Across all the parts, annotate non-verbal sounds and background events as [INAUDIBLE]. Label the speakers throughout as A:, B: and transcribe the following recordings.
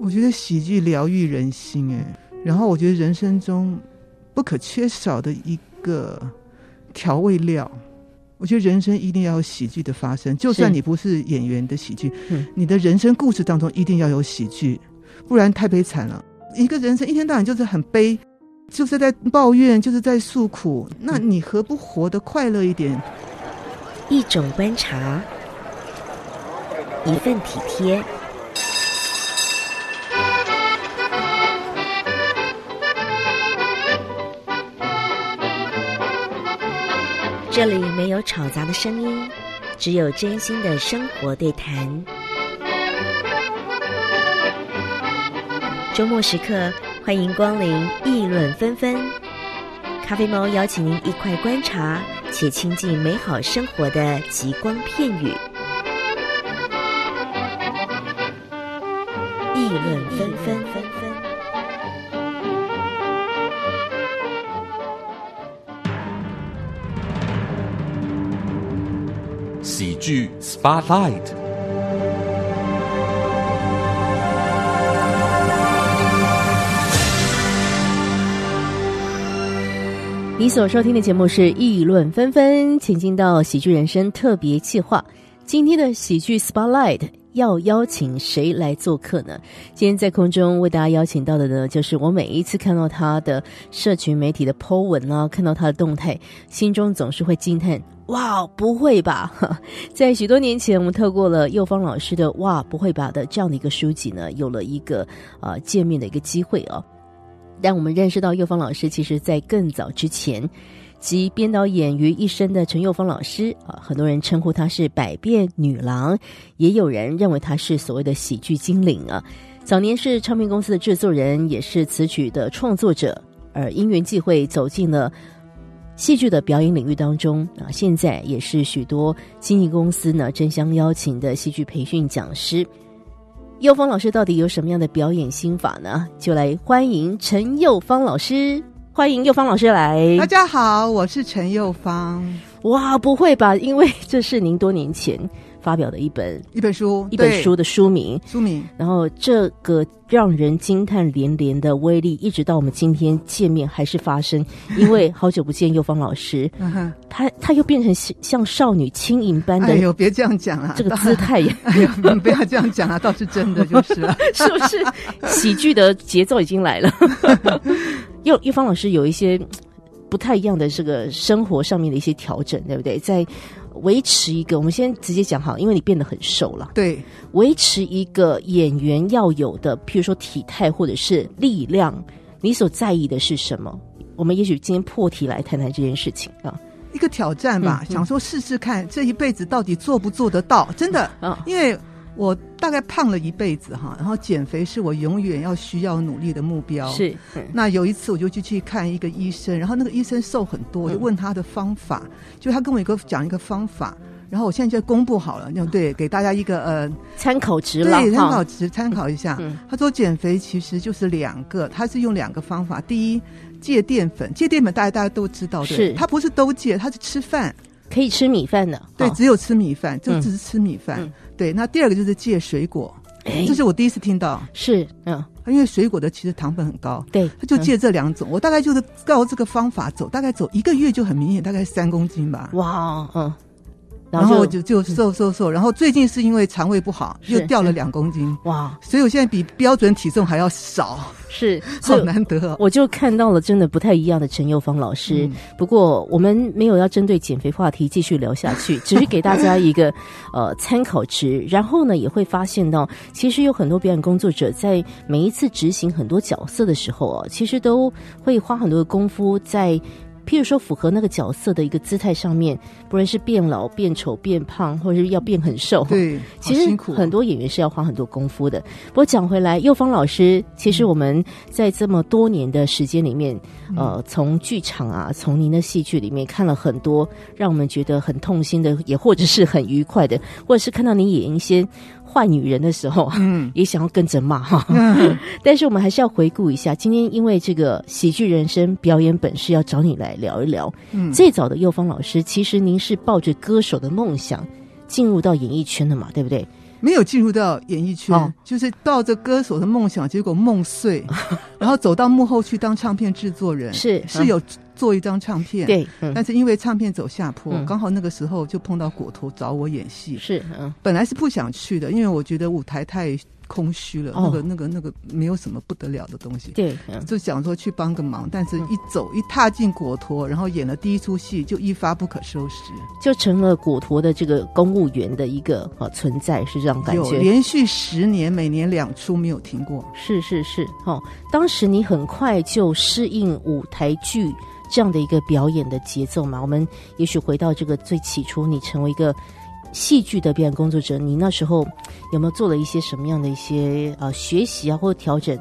A: 我觉得喜剧疗愈人心，哎，然后我觉得人生中不可缺少的一个调味料。我觉得人生一定要有喜剧的发生，就算你不是演员的喜剧
B: 嗯，
A: 你的人生故事当中一定要有喜剧，不然太悲惨了。一个人生一天到晚就是很悲，就是在抱怨，就是在诉苦，那你何不活得快乐一点？
B: 一种观察，一份体贴，这里没有吵杂的声音，只有真心的生活对谈。周末时刻，欢迎光临议论纷纷。咖啡猫邀请您一块观察且亲近美好生活的极光片语。议论纷纷纷纷。
C: 喜剧 Spotlight。
D: 你所收听的节目是《议论纷纷》，请进到《喜剧人生》特别计划。今天的喜剧 Spotlight 要邀请谁来做客呢？今天在空中为大家邀请到的呢，就是我每一次看到他的社群媒体的 po 文啦、看到他的动态，心中总是会惊叹：“哇，不会吧！” [LAUGHS] 在许多年前，我们透过了右方老师的“哇，不会吧”的这样的一个书籍呢，有了一个呃见面的一个机会哦。让我们认识到右方老师，其实在更早之前，集编导演于一身的陈幼芳老师啊，很多人称呼她是百变女郎，也有人认为她是所谓的喜剧精灵啊。早年是唱片公司的制作人，也是词曲的创作者，而因缘际会走进了。戏剧的表演领域当中啊，现在也是许多经纪公司呢争相邀请的戏剧培训讲师。幼芳老师到底有什么样的表演心法呢？就来欢迎陈幼芳老师，欢迎幼芳老师来。
A: 大家好，我是陈幼芳，
D: 哇，不会吧？因为这是您多年前发表的一本
A: 一本书，
D: 一本
A: 对
D: 书，的书名，
A: 书名。
D: 然后这个让人惊叹连连的威力，一直到我们今天见面还是发生，因为好久不见幼芳老师，
A: 嗯哼，
D: 她她又变成像像少女轻盈般
A: 哎
D: 的
A: 呦，别这样讲啦， [LAUGHS]
D: 这个
A: 倒
D: 姿态，
A: 哎呦，你 [LAUGHS] 不要这样讲啦，啊倒是真的就是
D: [LAUGHS]
A: 了。
D: 是不是喜剧的节奏已经来了？ [LAUGHS] 又一方老师有一些嗯不太一样的这个生活上面的一些调整，对不对？在维持一个，我们先直接讲好，因为你变得很瘦了，
A: 对，
D: 维持一个演员要有的，譬如说体态或者是力量，你所在意的是什么？我们也许今天破题来谈谈这件事情啊
A: 一个挑战吧，
D: 嗯嗯
A: 想说试试看这一辈子到底做不做得到，真的，
D: 啊！
A: 因为我大概胖了一辈子哈，然后减肥是我永远要需要努力的目标。。
D: 是，嗯
A: 那有一次我就去去看一个医生，然后那个医生瘦很多，我就
D: 嗯
A: 问他的方法，就他跟我一个讲一个方法，然后我现在就公布好了，那对给大家一个呃
D: 参考值了
A: 对，参考
D: 哈，
A: 值参考一下。
D: 嗯
A: 他说减肥其实就是两个，他是用两个方法。第一，戒淀粉，戒淀粉大家大家都知道，对
D: 是
A: 吧，他不是都戒，他是吃饭，
D: 可以吃米饭的，
A: 对，
D: 哈
A: 只有吃米饭，就
D: 哦嗯
A: 只是吃米饭。
D: 嗯
A: 对，那第二个就是戒水果，
D: 哎
A: 这是我第一次听到，
D: 是，嗯，
A: 因为水果的其实糖分很高。
D: 对，
A: 他就
D: 嗯
A: 戒这两种，我大概就是照这个方法走，大概走一个月就很明显，大概三公斤吧。
D: 哇，嗯，
A: 然后我就就瘦瘦瘦，然后最近是因为肠胃不好，
D: 是
A: 又掉了
D: 嗯
A: 两公斤，
D: 哇，
A: 所以我现在比标准体重还要少。
D: 是，
A: 好
D: 所以
A: 难得、哦。
D: 我就看到了真的不太一样的陈幼芳老师。
A: 嗯
D: 不过我们没有要针对减肥话题继续聊下
A: [LAUGHS]
D: 去，只是给大家一个呃参考值。然后呢，也会发现到其实有很多表演工作者在每一次执行很多角色的时候哦，其实都会花很多的功夫在。譬如说，符合那个角色的一个姿态上面，不论是变老、变丑、变胖，或者是要变很瘦，
A: 对，
D: 其
A: 好
D: 实
A: 辛苦哦
D: 很多演员是要花很多功夫的。不过讲回来，幼芳老师，其实我们在这么多年的时间里面，
A: 嗯
D: 呃，从剧场啊，从您的戏剧里面看了很多让我们觉得很痛心的，也或者是很愉快的， [LAUGHS] 或者是看到您演一些坏女人的时候，
A: 嗯，
D: [LAUGHS] 也想要跟着
A: [LAUGHS]
D: 骂哈。
A: 嗯
D: 但是我们还是要回顾一下，今天因为这个喜剧人生表演本是要找你来聊一聊。
A: 嗯
D: 最早的幼芳老师，其实您是抱着歌手的梦想进入到演艺圈的嘛，对不对？
A: 没有进入到演艺圈，
D: 哦
A: 就是抱着歌手的梦想，结果梦 [LAUGHS] 碎，然后走到幕后去当唱片制作人，
D: 是
A: 是嗯有做一张唱片，，
D: 对，嗯，
A: 但是因为唱片走下坡，
D: 嗯
A: 刚好那个时候就碰到果头找我演戏，
D: 是嗯
A: 本来是不想去的，因为我觉得舞台太空虚了，
D: 哦
A: 那个那个那个没有什么不得了的东西。
D: 对嗯
A: 就想说去帮个忙，但是一走一踏进果陀，然后演了第一出戏就一发不可收拾，
D: 就成了果陀的这个公务员的一个呃存在，是这样感
A: 有
D: 觉。嗯
A: 连续十年每年两出没有停过。
D: 是是是，哦，当时你很快就适应舞台剧这样的一个表演的节奏嘛？我们也许回到这个最起初，你成为一个戏剧的表演工作者，你那时候有没有做了一些什么样的一些呃学习啊，或者调整？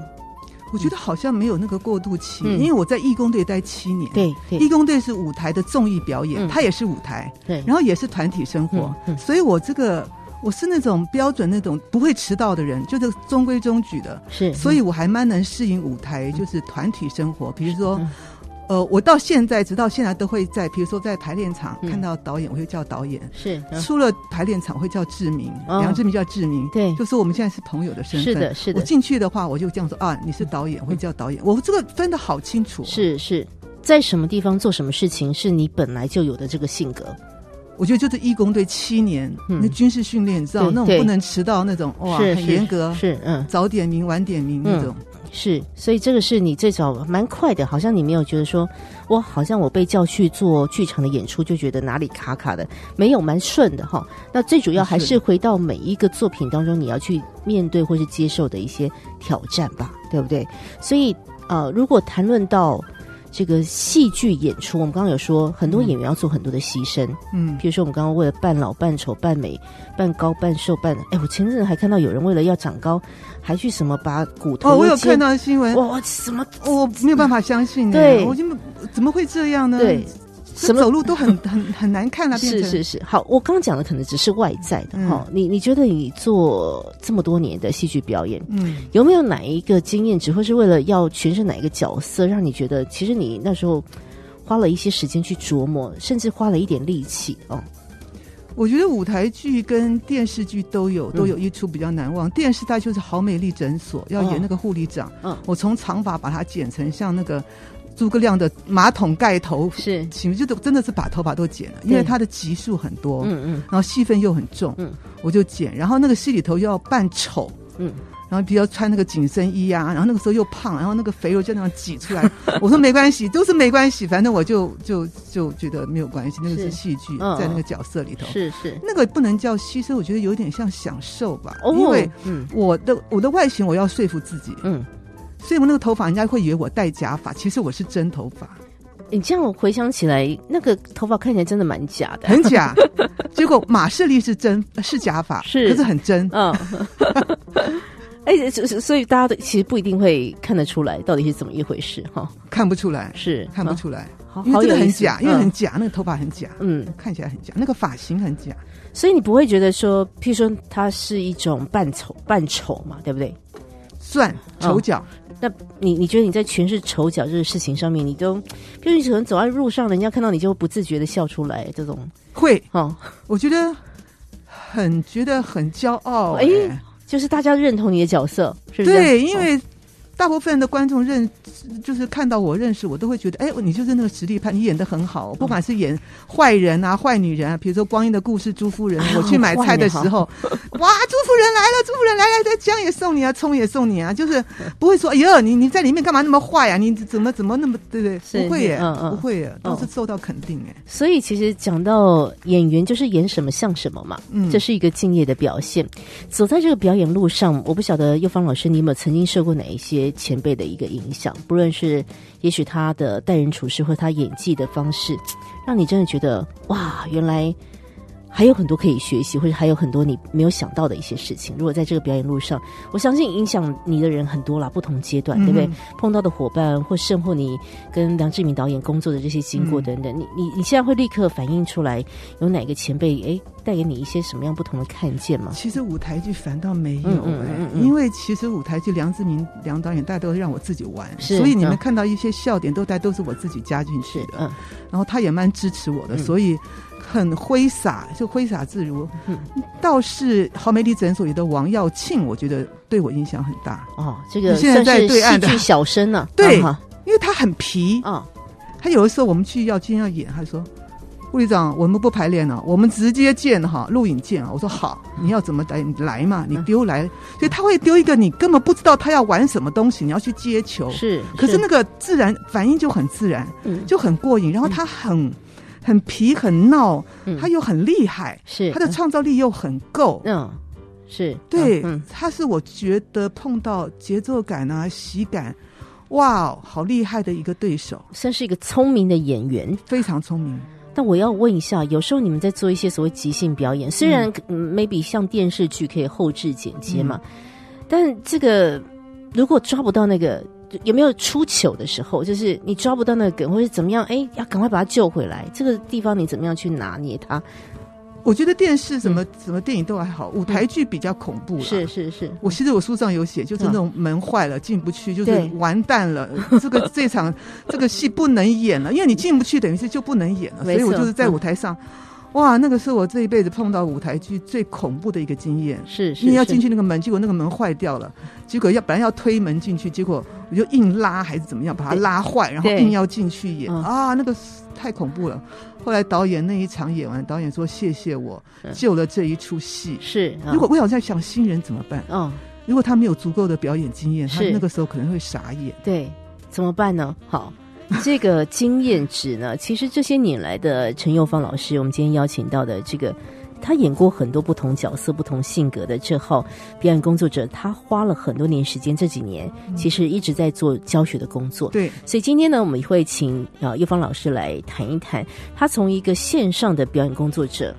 A: 我觉得好像没有那个过渡期，
D: 嗯
A: 因为我在义工队待七年，，
D: 对对
A: 义工队是舞台的综艺表演，
D: 嗯
A: 它也是舞台，
D: 对，
A: 然后也是团体生活，
D: 嗯嗯
A: 所以我这个我是那种标准那种不会迟到的人，就是中规中矩的，
D: 是，
A: 所以我还蛮能适应舞台，就是团体生活，比如说。
D: 嗯嗯
A: 呃，我到现在，直到现在都会在，比如说在排练场、
D: 嗯
A: 看到导演，我会叫导演；
D: 是嗯
A: 出了排练场会叫志明，
D: 哦
A: 梁志明叫志明，
D: 对
A: 就是我们现在是朋友的身份。
D: 是的，是
A: 我
D: 的，
A: 进去的话，我就这样说啊，你是导演，我会叫导演。我这个分的好清楚。，啊
D: 是是。在什么地方做什么事情，是你本来就有的这个性格，
A: 我觉得就是义工队七年，
D: 嗯
A: 那军事训练，你知道
D: 对
A: 那
D: 对
A: 种不能迟到那种，哇，
D: 是
A: 很
D: 是嗯
A: 严格，
D: 是嗯，
A: 早点名晚点名那种。
D: 是，所以这个是你最早蛮快的，好像你没有觉得说，我好像我被叫去做剧场的演出，就觉得哪里卡卡的，没有蛮顺的哈。那最主要还是
A: 是
D: 回到每一个作品当中，你要去面对或是接受的一些挑战吧，对不对？所以呃，如果谈论到这个戏剧演出，我们刚刚有说很多演员要做很多的牺牲，
A: 嗯，
D: 比如说我们刚刚为了扮老、扮丑、扮美、扮高、扮瘦、扮……哎，我前阵子还看到有人为了要长高，还去什么把骨头
A: 哦，我有
D: 切
A: 看到新闻，哦
D: 哇，什么
A: 我没有办法相信呢。
D: 对
A: 我怎么怎么会这样呢？
D: 对，
A: 这
D: 什么
A: 走路都很很很难看了，啊变
D: 是
A: 成
D: 是是，好，我刚刚讲的可能只是外在的哈、
A: 嗯
D: 哦你你觉得你做这么多年的戏剧表演，
A: 嗯，
D: 有没有哪一个经验值，或是为了要诠释哪一个角色，让你觉得其实你那时候花了一些时间去琢磨，甚至花了一点力气哦？
A: 我觉得舞台剧跟电视剧都有
D: 嗯
A: 都有一出比较难忘。电视它就是好美丽诊所，要
D: 哦
A: 演那个护理长，
D: 嗯
A: 我从长发把它剪成像那个诸葛亮的马桶盖头，
D: 是，
A: 行，就真的是把头发都剪了，因为
D: 对
A: 它的集数很多，
D: 嗯嗯
A: 然后戏份又很重，
D: 嗯
A: 我就剪。然后那个戏里头又要扮丑，
D: 嗯，
A: 然后比较穿那个紧身衣啊，然后那个时候又胖，然后那个肥肉就那样挤出来。 [LAUGHS] 我说没关系，都是没关系，反正我就就就觉得没有关系，那个
D: 是
A: 是戏剧，
D: 嗯
A: 在那个角色里头，
D: 是是，
A: 那个不能叫牺牲，我觉得有点像享受吧，
D: 哦，
A: 因为。
D: 嗯
A: 我的我的外形，我要说服自己，
D: 嗯，
A: 所以我那个头发，人家会以为我戴假发，其实我是真头
D: [LAUGHS]
A: 发，
D: 你这样回想起来，那个头发看起来真的蛮
A: [LAUGHS]
D: 假的，
A: 很假。结果马士利是真，呃是假发，
D: 是
A: 可是很真。
D: 嗯， [LAUGHS] 哎，所所所以大家都其实不一定会看得出来到底是怎么一回事哈，
A: 看不出来，
D: 是
A: 看不
D: 啊
A: 出来，
D: 好
A: 因
D: 好
A: 为这
D: 有
A: 个
D: 意
A: 很
D: 思
A: 假，因为很
D: 嗯
A: 假，那个头发很假，
D: 嗯，
A: 看起来很假，那个发型很假。
D: 所以你不会觉得说，譬如说它是一种扮丑扮丑嘛，对不对？
A: 算
D: 嗯
A: 丑角，
D: 那你你觉得你在诠释丑角这个事情上面，你都，譬如你可能走在路上，人家看到你就会不自觉的笑出来，这种
A: 会，
D: 哦，
A: 我觉得很觉得很骄傲、
D: 哎
A: 哎、
D: 就是大家认同你的角色，是不是？
A: 对，因
D: 哦
A: 为大部分的观众认，就是看到我认识我，都会觉得，哎，你就是那个实力派，你演的很好。不管是演坏人啊、坏女人啊，比如说《光阴的故事》朱夫人
D: 哎，呦
A: 我去买菜的时候，哇，朱夫人来了，朱夫人来了，这姜也送你啊，葱也送你啊，就是不会说，哎呦，你你在里面干嘛那么坏呀、你怎么怎么那么对不
D: 是
A: 对？不会耶，
D: 是嗯嗯
A: 不会耶，
D: 嗯
A: 都是受到肯定哎。
D: 所以其实讲到演员，就是演什么像什么嘛，
A: 嗯
D: 这是一个敬业的表现。走在这个表演路上，我不晓得右芳老师，你有没有曾经受过哪一些前辈的一个影响？不论是也许他的待人处事，或他演技的方式，让你真的觉得哇，原来还有很多可以学习，或者还有很多你没有想到的一些事情。如果在这个表演路上，我相信影响你的人很多啦，不同阶段，对不对
A: 嗯？
D: 碰到的伙伴，或甚或你跟梁志明导演工作的这些经过
A: 嗯
D: 等等，你你你现在会立刻反映出来，有哪个前辈哎带给你一些什么样不同的看见吗？
A: 其实舞台剧反倒没有
D: 嗯嗯
A: 哎、
D: 嗯嗯
A: 因为其实舞台剧梁志明梁导演大都让我自己玩，
D: 是
A: 所以你
D: 嗯
A: 们看到一些笑点都带都是我自己加进去
D: 是
A: 的，
D: 嗯
A: 然后他也蛮支持我的，
D: 嗯
A: 所以很挥洒，就挥洒自如。倒是豪梅里诊所里的王耀庆，我觉得对我影响很大，
D: 哦，这个
A: 你现在
D: 算
A: 在
D: 是
A: 对
D: 戏
A: 岸的
D: 剧小生呢、啊，
A: 对
D: 啊
A: 因为他很皮
D: 哈，。啊
A: 他有的时候我们去要今天要演，他说。护理长，我们不排练了，我们直接见哈，录影见啊！我说好，
D: 嗯
A: 你要怎么来你来嘛，你丢来，所以他会丢一个你根本不知道他要玩什么东西，你要去接球。
D: 是，
A: 哦可是那个自然反应就很自然，
D: 嗯
A: 就很过瘾。然后他很、很皮很闹，
D: 嗯
A: 他又很厉害，
D: 是
A: 他的创造力又很够。
D: 嗯是
A: 对，
D: 嗯
A: 他是我觉得碰到节奏感啊、喜感，哇，哦好厉害的一个对手，
D: 算是一个聪明的演员。
A: 非常聪明。
D: 但我要问一下，有时候你们在做一些所谓即兴表演，虽然、嗯 maybe 像电视剧可以后置剪
A: 嗯
D: 接嘛，但这个如果抓不到那个。有没有出糗的时候？就是你抓不到那个梗，或者怎么样？哎、要赶快把它救回来。这个地方你怎么样去拿捏它？
A: 我觉得电视什么、什么电影都还好，舞台剧比较恐怖了。
D: 嗯是是是，
A: 我其实我书上有写，就是那种门坏了进不去，就是
D: 对
A: 完蛋
D: [LAUGHS]
A: 了，这个这场这个戏不能演啊了，因为你进不去，等于是就不能演了。所
D: 没错嗯
A: 以我就是在舞台上，哇，那个是我这一辈子碰到舞台剧最恐怖的一个经验。
D: 是是
A: 因为要进
D: 去
A: 去那个门，结果那个门坏掉了，结果要本来要推门进去，结果我就硬拉还是怎么样，把它
D: 对
A: 拉坏，然后
D: 对
A: 硬要进去演
D: 嗯
A: 啊，那个是太恐怖了。后来导演那一场演完，导演说谢谢我
D: 嗯
A: 救了这一出戏。
D: 是。
A: 如果我想在想新人怎么办？
D: 嗯、哦
A: 如果他没有足够的表演经验，他
D: 是
A: 那个时候可能会傻眼。
D: 对，怎么办呢？好，这个经验值呢，其实这些年来的陈佑芳老师，我们今天邀请到的这个，他演过很多不同角色、不同性格的这号表演工作者，他花了很多年时间，这几年其实一直在做教学的工作。
A: 对，
D: 所以今天呢，我们也会请呃叶芳老师来谈一谈，他从一个线上的表演工作者，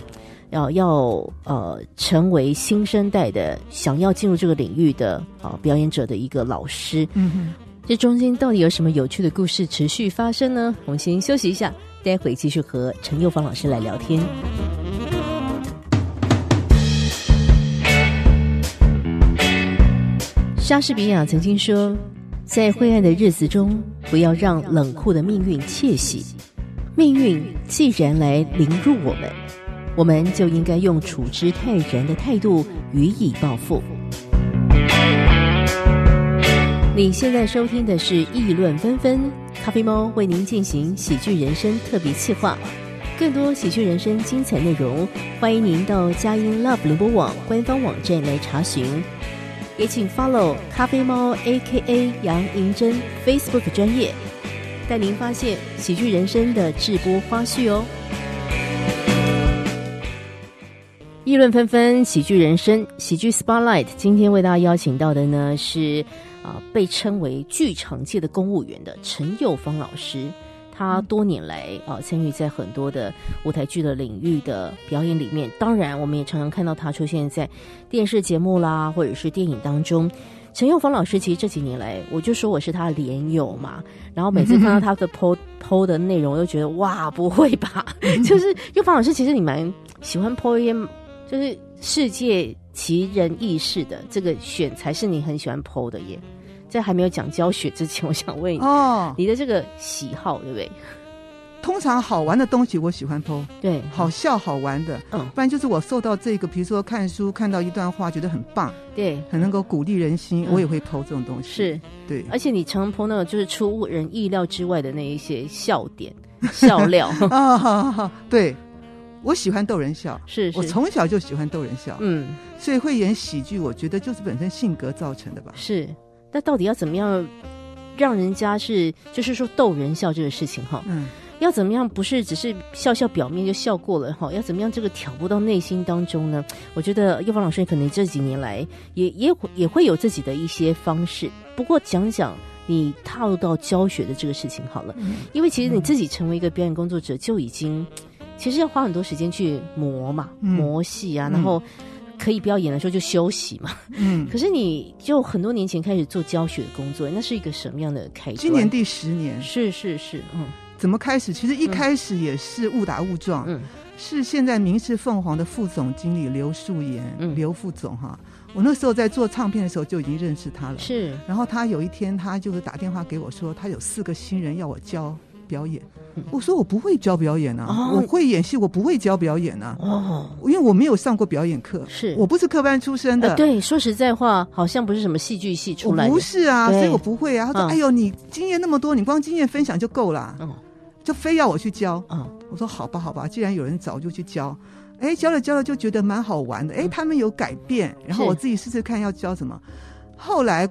D: 要要呃成为新生代的想要进入这个领域的呃表演者的一个老师。
A: 嗯哼，
D: 这中间到底有什么有趣的故事持续发生呢？我们先休息一下，待会继续和陈佑芳老师来聊天。莎士比亚曾经说，在灰暗的日子中，不要让冷酷的命运窃喜。命运既然来凌辱我们，我们就应该用处之泰然的态度予以报复。你现在收听的是《议论纷纷》，咖啡猫为您进行喜剧人生特别企划。更多喜剧人生精彩内容，欢迎您到佳音 Love 联播网官方网站来查询。也请 follow 咖啡猫 A.K.A 杨银珍 Facebook 专业，带您发现喜剧人生的直播花絮哦。议论纷纷，喜剧人生，喜剧 Spotlight。今天为大家邀请到的呢是啊、被称为剧场界的公务员的陈佑芳老师。他多年来啊、参与在很多的舞台剧的领域的表演里面，当然我们也常常看到他出现在电视节目啦，或者是电影当中。陈佑芳老师其实这几年来，我就说我是他的连友嘛，然后每次看到他的 PO PO 的内容，我就觉得哇，不会吧？就是佑芳老师，其实你蛮喜欢 PO 一些就是世界奇人异事的这个选才是你很喜欢 PO 的耶。在还没有讲教学之前，我想问你，
A: 哦，
D: 你的这个喜好对不对？
A: 通常好玩的东西我喜欢剖，
D: 对，
A: 好笑好玩的，
D: 嗯
A: 不然就是我受到这个，比如说看书看到一段话，觉得很棒，
D: 对，
A: 很能够鼓励人心，
D: 嗯
A: 我也会剖这种东西。，
D: 是，
A: 对，
D: 而且你常常 PO 那种就是出乎人意料之外的那一些笑
A: [LAUGHS]
D: 点、笑料，
A: 啊哈哈，对，我喜欢逗人笑，
D: 是是，
A: 我从小就喜欢逗人笑，
D: 嗯
A: 所以会演喜剧，我觉得就是本身性格造成的吧。
D: 是，那到底要怎么样让人家是就是说逗人笑这个事情哈？
A: 嗯，
D: 要怎么样？不是只是笑笑表面就笑过了哈？要怎么样？这个挑拨到内心当中呢？我觉得呃叶芳老师可能这几年来也也会也会有自己的一些方式。不过讲讲你踏入到教学的这个事情好了，
A: 嗯
D: 因为其实你自己成为一个表演工作者就已经，其实要花很多时间去磨嘛，
A: 嗯
D: 磨戏啊，
A: 嗯
D: 然后可以不要演的时候就休息嘛。
A: 嗯，
D: 可是你就很多年前开始做教学的工作，那是一个什么样的开端？
A: 今年第十年，
D: 是是是，嗯
A: 怎么开始？其实一
D: 嗯
A: 开始也是误打误撞，
D: 嗯
A: 是现在明氏凤凰的副总经理刘树岩，
D: 嗯
A: 刘副总哈。我那时候在做唱片的时候就已经认识他了。
D: 是。
A: 然后他有一天，他就是打电话给我说，他有四个新人要我教表演。我说我不会教表演啊，
D: 嗯哦
A: 我会演戏，我不会教表演啊，
D: 哦，
A: 因为我没有上过表演课，
D: 是
A: 我不是科班出身的，
D: 呃，对，说实在话，好像不是什么戏剧系
A: 我
D: 出来的
A: 不，是啊，
D: 对
A: 所以我不会啊。他说：“
D: 嗯
A: 哎呦，你经验那么多，你光经验分享就够了，啊
D: 嗯
A: 就非要我去教。
D: 嗯”
A: 我说：“好吧，好吧，既然有人找，我就去教。”哎，教了教了就觉得蛮好玩的。哎，他们有改变，然后
D: 嗯是
A: 我自己试试看要教什么。后来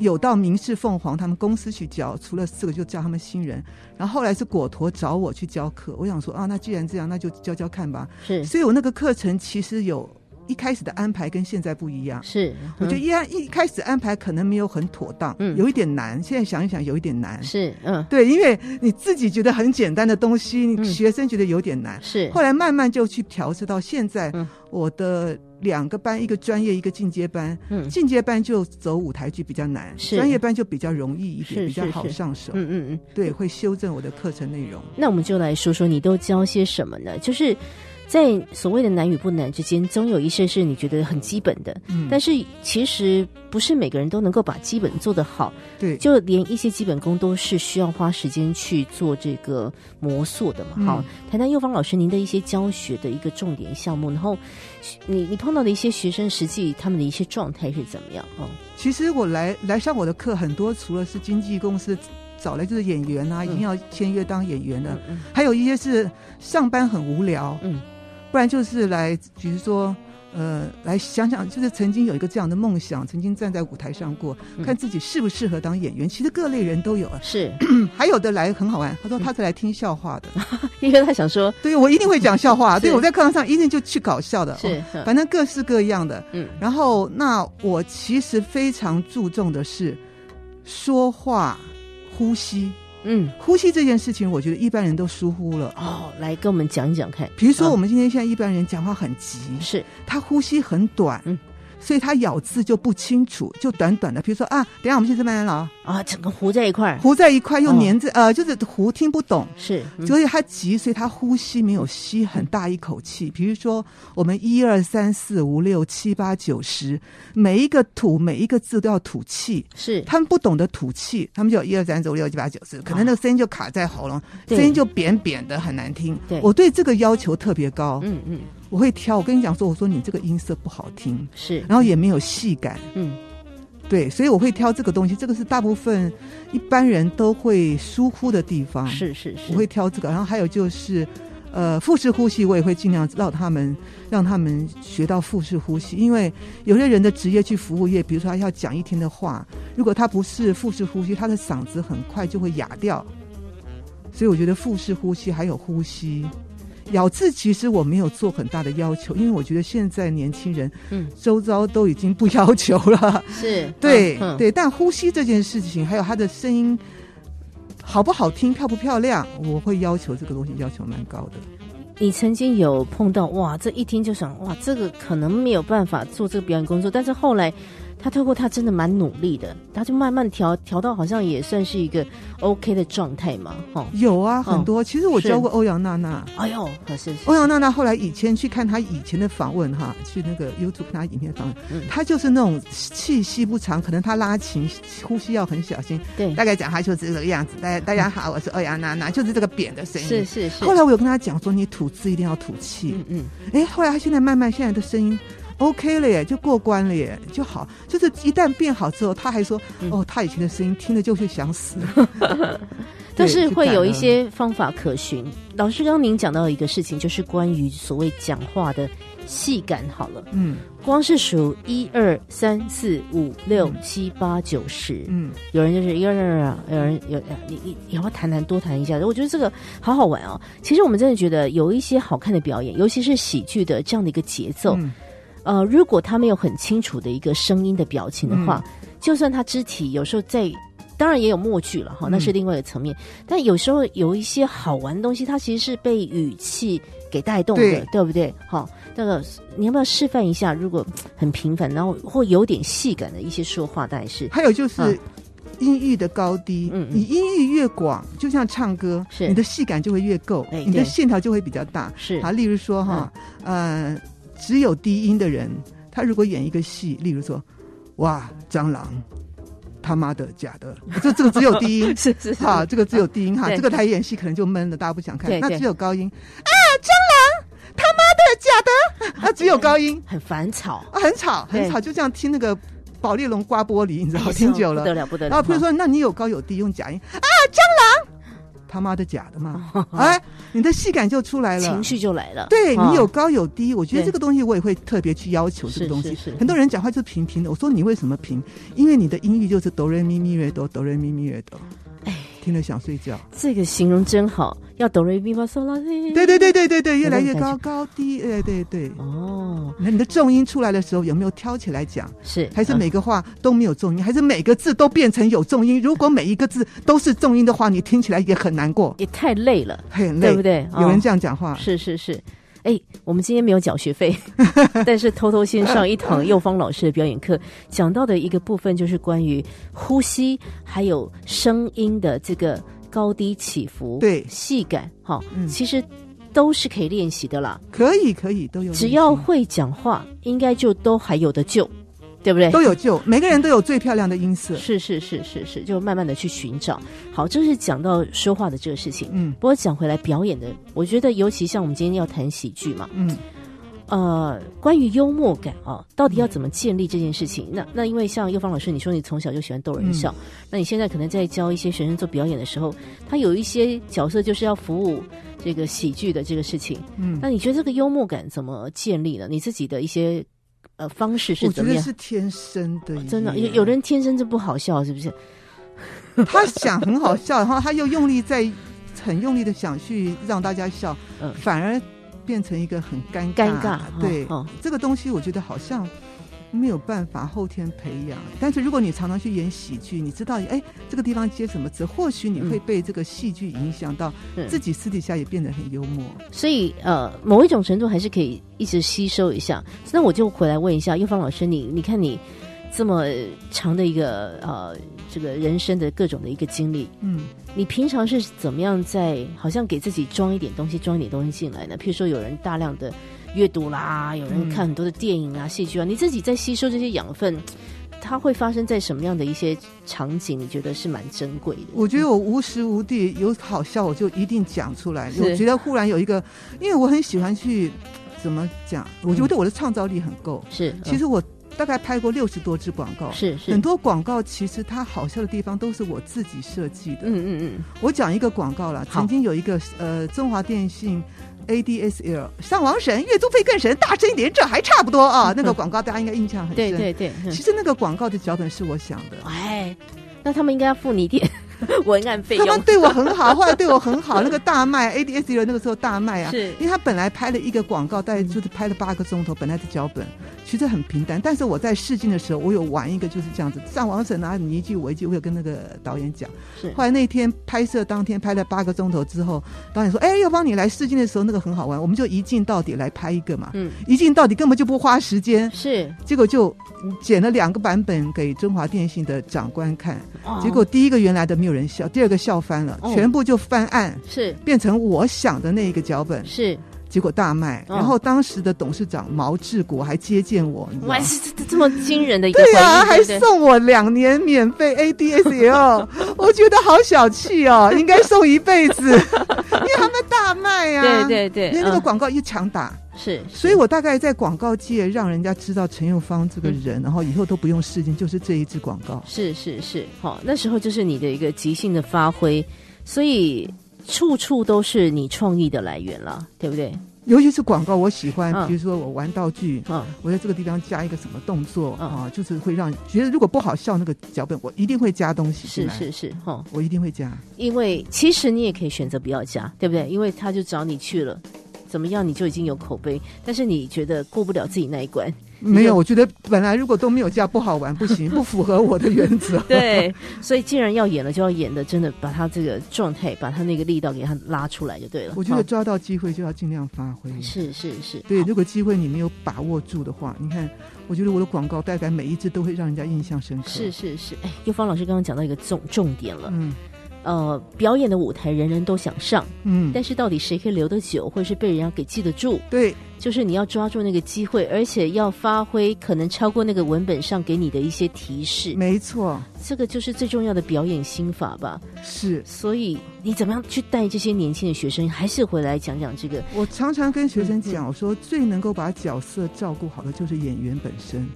A: 有到明氏凤凰他们公司去教，除了这个就教他们新人。然后后来是果陀找我去教课，我想说啊，那既然这样，那就教教看吧。
D: 是
A: 所以我那个课程其实有一开始的安排跟现在不一样。
D: 是，
A: 我觉得
D: 嗯
A: 一安一开始安排可能没有很妥当，
D: 嗯
A: 有一点难。现在想一想，有一点难。
D: 是嗯
A: 对，因为你自己觉得很简单的东西，
D: 嗯
A: 你学生觉得有点难。
D: 是
A: 后来慢慢就去调试到现在
D: 嗯，
A: 我的两个班，一个专业，一个进阶班。
D: 嗯
A: 进阶班就走舞台剧比较难，
D: 是
A: 专业班就比较容易一点，
D: 是
A: 比较
D: 是
A: 好
D: 是
A: 上手。
D: 嗯嗯嗯，
A: 对，会修正我的课程内容。
D: 那我们就来说说你都教些什么呢？就是在所谓的难与不难之间，总有一些是你觉得很基本的，
A: 嗯，
D: 但是其实不是每个人都能够把基本做得好，
A: 对，
D: 就连一些基本功都是需要花时间去做这个磨塑的嘛。
A: 嗯
D: 好，谈谈幼芳老师您的一些教学的一个重点项目，然后你你碰到的一些学生实际他们的一些状态是怎么样？哦，
A: 其实我来来上我的课，很多除了是经纪公司找来就是演员啊，
D: 嗯
A: 一定要签约当演员的。
D: 嗯嗯
A: 还有一些是上班很无聊，
D: 嗯，
A: 不然就是来，比如说，呃，来想想，就是曾经有一个这样的梦想，曾经站在舞台上过，
D: 嗯
A: 看自己适不适合当演员。其实各类人都有啊，
D: 是 [LAUGHS]
A: 嗯还有的来很好玩，他说他是来听笑话的，
D: 因为他想说
A: 对我一定会讲笑话，
D: 嗯 [LAUGHS] 是
A: 对我在课堂上一定就去搞笑的，
D: 是
A: 哦，反正各式各样的。
D: 嗯
A: 然后，那我其实非常注重的是说话、呼吸。
D: 嗯
A: 呼吸这件事情，我觉得一般人都疏忽了。
D: 哦，来跟我们讲一讲看。
A: 比如说，我
D: 们、
A: 们今天现在一般人讲话很急，
D: 是
A: 他呼吸很短，
D: 嗯
A: 所以他咬字就不清楚，就短短的。比如说啊，等一下我们去吃麦当劳，
D: 啊，整个糊在一块儿
A: 糊在一块又
D: 哦
A: 粘在，呃，就是糊听不懂。
D: 是、嗯
A: 所以他急，所以他呼吸没有吸很大一口气。比如说，我们一二三四五六七八九十，每一个吐每一个字都要吐气。
D: 是
A: 他们不懂得吐气，他们就一二三四五六七八九十，可能那个声音就卡在喉咙，
D: 啊对
A: 声音就扁扁的，很难听
D: 对。
A: 我对这个要求特别高，
D: 嗯嗯
A: 我会挑。我跟你讲说，我说你这个音色不好听，
D: 是
A: 然后也没有戏感，
D: 嗯
A: 对，所以我会挑这个东西，这个是大部分一般人都会疏忽的地方，
D: 是是是
A: 嗯我会挑这个。然后还有就是，呃，腹式呼吸，我也会尽量让他们让他们学到腹式呼吸，因为有些人的职业去服务业，比如说他要讲一天的话，如果他不是腹式呼吸，他的嗓子很快就会哑掉。所以我觉得腹式呼吸还有呼吸。咬字其实我没有做很大的要求，因为我觉得现在年轻人，
D: 嗯
A: 周遭都已经不要求了。
D: 是
A: 对、
D: 嗯嗯
A: 对，但呼吸这件事情，还有他的声音好不好听、漂不漂亮，我会要求这个东西要求蛮高的。
D: 你曾经有碰到哇，这一听就想哇，这个可能没有办法做这个表演工作，但是后来他透过他真的蛮努力的，他就慢慢调调到好像也算是一个 OK 的状态嘛，哈、
A: 有啊，
D: 嗯
A: 很多。其实我
D: 是
A: 教过欧阳娜娜，
D: 哎呦，可是是
A: 欧阳娜娜后来以前去看她以前的访问哈，去那个 YouTube 看她影片访问，
D: 嗯
A: 她就是那种气息不长，可能她拉琴呼吸要很小心。
D: 对，
A: 大概讲她就是这个样子。大家大家好，我是欧阳娜娜，就是这个扁的声音。
D: 是是是，
A: 后来我有跟她讲说，你吐字一定要吐气。
D: 嗯嗯
A: 哎，后来他现在慢慢现在的声音 OK 了耶，就过关了耶，就好。就是一旦变好之后，他还说：“
D: 嗯
A: 哦，他以前的声音听了就会想
D: [LAUGHS]
A: 死。
D: 但是会有一
A: 就
D: 些方法可循。老师刚刚您讲到一个事情，就是关于所谓讲话的戏感。好了，”
A: 嗯
D: 光是数一二三四五六七八九十，
A: 嗯，
D: 有人就是一个人啊，有人有你你你要不要谈谈多谈一下？我觉得这个好好玩哦。其实我们真的觉得有一些好看的表演，尤其是喜剧的这样的一个节奏，
A: 嗯
D: 呃，如果他没有很清楚的一个声音的表情的话，
A: 嗯
D: 就算他肢体有时候在。当然也有默剧了哈，
A: 嗯
D: 那是另外一个层面。但有时候有一些好玩的东西，它其实是被语气给带动的，对
A: 对
D: 不对？好，那个你要不要示范一下？如果很平凡，然后或有点戏感的一些说话，大概是
A: 还有就是
D: 嗯
A: 音域的高低，
D: 嗯嗯
A: 你音域越广，就像唱歌，
D: 是
A: 你的戏感就会越够，
D: 哎
A: 你
D: 对
A: 的线条就会比较大。
D: 是嗯
A: 好，啊例如说哈，呃，只有低音的人，他如果演一个戏，例如说，哇，蟑螂，他妈的假的，这这个只有低
D: [LAUGHS]
A: 音。
D: 是是是，
A: 哈，这个只有低音哈，
D: 对
A: 这个来演戏可能就闷了，大家不想看
D: 对。
A: 那
D: 对
A: 只有高音啊，蟑螂，他妈的假的，啊，只有高音
D: 很烦躁，
A: 啊，很吵
D: 对
A: 很吵，就这样听那个保丽龙刮玻璃，你知道，
D: 哎
A: 听久
D: 不得
A: 了。啊
D: 了不得了。
A: 然后譬如
D: 哈，
A: 说，那你有高有低，用假音啊，蟑螂，他妈的假的嘛，
D: [LAUGHS]
A: 哎，你的戏感就出来了，
D: 情绪就来了，
A: 哎
D: 哦
A: 对
D: 哈
A: 你有高有低，我觉得
D: 对
A: 这个东西我也会特别去要求这
D: 是
A: 个东西。
D: 是是
A: 很多人讲话就是平平的，我说你为什么平？因为你的音域就是哆来咪咪瑞哆，哆来咪咪瑞哆，
D: 哎
A: 听了想睡觉。
D: 这个形容真好，要哆来咪发嗦啦西。
A: 对对对对对对，
D: 有
A: 越来
D: 那种
A: 越高
D: 感觉
A: 高低，哎对对。
D: 哦，
A: 那你的重音出来的时候有没有挑起来讲？
D: 是
A: 还是
D: 嗯
A: 每个话都没有重音？还是每个字都变成有重音？如果每一个字都是重音的话，你听起来也很难过，
D: 也太累了，
A: 很累，
D: 对不对？
A: 有人
D: 哦
A: 这样讲话，
D: 是是是，哎，我们今天没有缴学费， [LAUGHS] 但是偷偷先上一堂幼芳老师的表演课，讲到的一个部分就是关于呼吸还有声音的这个高低起伏、
A: 对
D: 细感，哈、
A: 嗯
D: 其实都是可以练习的啦。
A: 可以可以都有人
D: 只
A: 听，
D: 要会讲话，应该就都还有的救，对不对？
A: 都有救，每个人都有最漂亮的音色。
D: 是是是是是，就慢慢的去寻找。好，这是讲到说话的这个事情。
A: 嗯
D: 不过讲回来表演的，我觉得尤其像我们今天要谈喜剧嘛，
A: 嗯。
D: 呃，关于幽默感啊，到底要怎么建立这件事情？那那因为像幼芳老师，你说你从小就喜欢逗人笑，
A: 嗯
D: 那你现在可能在教一些学生做表演的时候，他有一些角色就是要服务这个喜剧的这个事情。
A: 嗯
D: 那你觉得这个幽默感怎么建立呢？你自己的一些呃方式是
A: 我觉
D: 怎么
A: 得
D: 样？哦
A: 是天生的耶、
D: 真的有有人天生就不好笑，是不是？
A: [LAUGHS] 他想很好笑，然后他又用力在很用力的想去让大家笑，
D: 嗯
A: 反而变成一个很尴
D: 尴
A: 尬。
D: 尬，
A: 对、
D: 哦，哦
A: 这个东西，我觉得好像没有办法后天培养。但是如果你常常去演喜剧，你知道哎这个地方接什么词，或许你会被这个戏剧影响到，
D: 嗯
A: 自己私底下也变得很幽默。
D: 所以呃，某一种程度还是可以一直吸收一下。那我就回来问一下幼芳老师，你你看你这么长的一个呃这个人生的各种的一个经历，
A: 嗯。
D: 你平常是怎么样在好像给自己装一点东西，装一点东西进来呢？譬如说有人大量的阅读啦，有人
A: 嗯
D: 看很多的电影啊、戏剧啊，你自己在吸收这些养分。它会发生在什么样的一些场景？你觉得是蛮珍贵的？
A: 我觉得我无时无地有好笑，我就一定讲出来。
D: 是
A: 我觉得忽然有一个，因为我很喜欢去怎么讲，我觉得我的创造力很够。
D: 是，嗯
A: 其实我大概拍过六十多支广告，
D: 是是，
A: 很多广告其实它好笑的地方都是我自己设计的。
D: 嗯嗯嗯，
A: 我讲一个广告啦，
D: 好
A: 曾经有一个呃中华电信。ADSL 上王神，月租费更神，大声一点，这还差不多啊！那个广告大家应该印象很深。
D: 嗯对对对，嗯
A: 其实那个广告的脚本是我想的，
D: 哎，那他们应该要付你
A: [LAUGHS]
D: 一点文案费
A: 他们
D: 用。
A: 对我很好，后来对我很好。那个大卖 ADS 的那个时候大卖啊，
D: 是
A: 因为他本来拍了一个广告，大概就是拍了八个钟头，本来的脚本其实很平淡。但是我在试镜的时候，我有玩一个就是这样子，上王婶啊，你一句我一句，我有跟那个导演讲。
D: 是
A: 后来那天拍摄当天拍了八个钟头之后，导演说：“哎，要帮你来试镜的时候，那个很好玩，我们就一镜到底来拍一个嘛。
D: 嗯，
A: 一镜到底根本就不花时间，
D: 是，
A: 结果就剪了两个版本给中华电信的长官看。”
D: 哦
A: 结果第一个原来的没有人笑，第二个笑翻了，
D: 哦
A: 全部就翻案，
D: 是
A: 变成我想的那一个脚本，
D: 是，
A: 结果大卖。
D: 哦
A: 然后当时的董事长毛志国还接见我，你知道
D: 哇，
A: 吗？
D: 是这这这么惊人的一个
A: 对
D: 回
A: 呀、
D: 忆，
A: 还
D: 对不对
A: 送我两年免费
D: [LAUGHS]
A: ADSL，我觉得好小气哦，应该送一辈子，因 [LAUGHS] 为他们大卖呀、啊。
D: 对对对，
A: 因为那个
D: 嗯
A: 广告一强打，
D: 是，
A: 所以我大概在广告界让人家知道陈佑芳这个
D: 嗯
A: 人，然后以后都不用试镜，就是这一支广告。
D: 是是是，好、那时候就是你的一个即兴的发挥，所以处处都是你创意的来源了，对不对？
A: 尤其是广告，我喜欢
D: 嗯，
A: 比如说我玩道具，
D: 嗯，
A: 我在这个地方加一个什么动作、
D: 嗯
A: 啊，就是会让觉得如果不好笑那个脚本，我一定会加东西进
D: 是
A: 来，
D: 是是，哈、
A: 我一定会加。
D: 因为其实你也可以选择不要加，对不对？因为他就找你去了，怎么样你就已经有口碑，但是你觉得过不了自己那一关，
A: 没有，我觉得本来如果都没有加不好玩，不行，不符合我的原则。
D: [LAUGHS] 对，所以既然要演了，就要演的真的把他这个状态，把他那个力道给他拉出来就对了。
A: 我觉得
D: 哦
A: 抓到机会就要尽量发挥。
D: 是是是，哦
A: 对，
D: 好
A: 如果机会你没有把握住的话，你看，我觉得我的广告大概每一支都会让人家印象深刻。
D: 是，是是，哎，幼芳老师刚刚讲到一个重重点了，
A: 嗯，
D: 呃，表演的舞台人人都想上，
A: 嗯，
D: 但是到底谁可以留得久，或者是被人家给记得住，
A: 对，
D: 就是你要抓住那个机会，而且要发挥可能超过那个文本上给你的一些提示，
A: 没错，
D: 这个就是最重要的表演心法吧。
A: 是。
D: 所以你怎么样去带这些年轻的学生？还是回来讲讲这个
A: 我常常跟学生讲，我说最能够把角色照顾好的就是演员本身，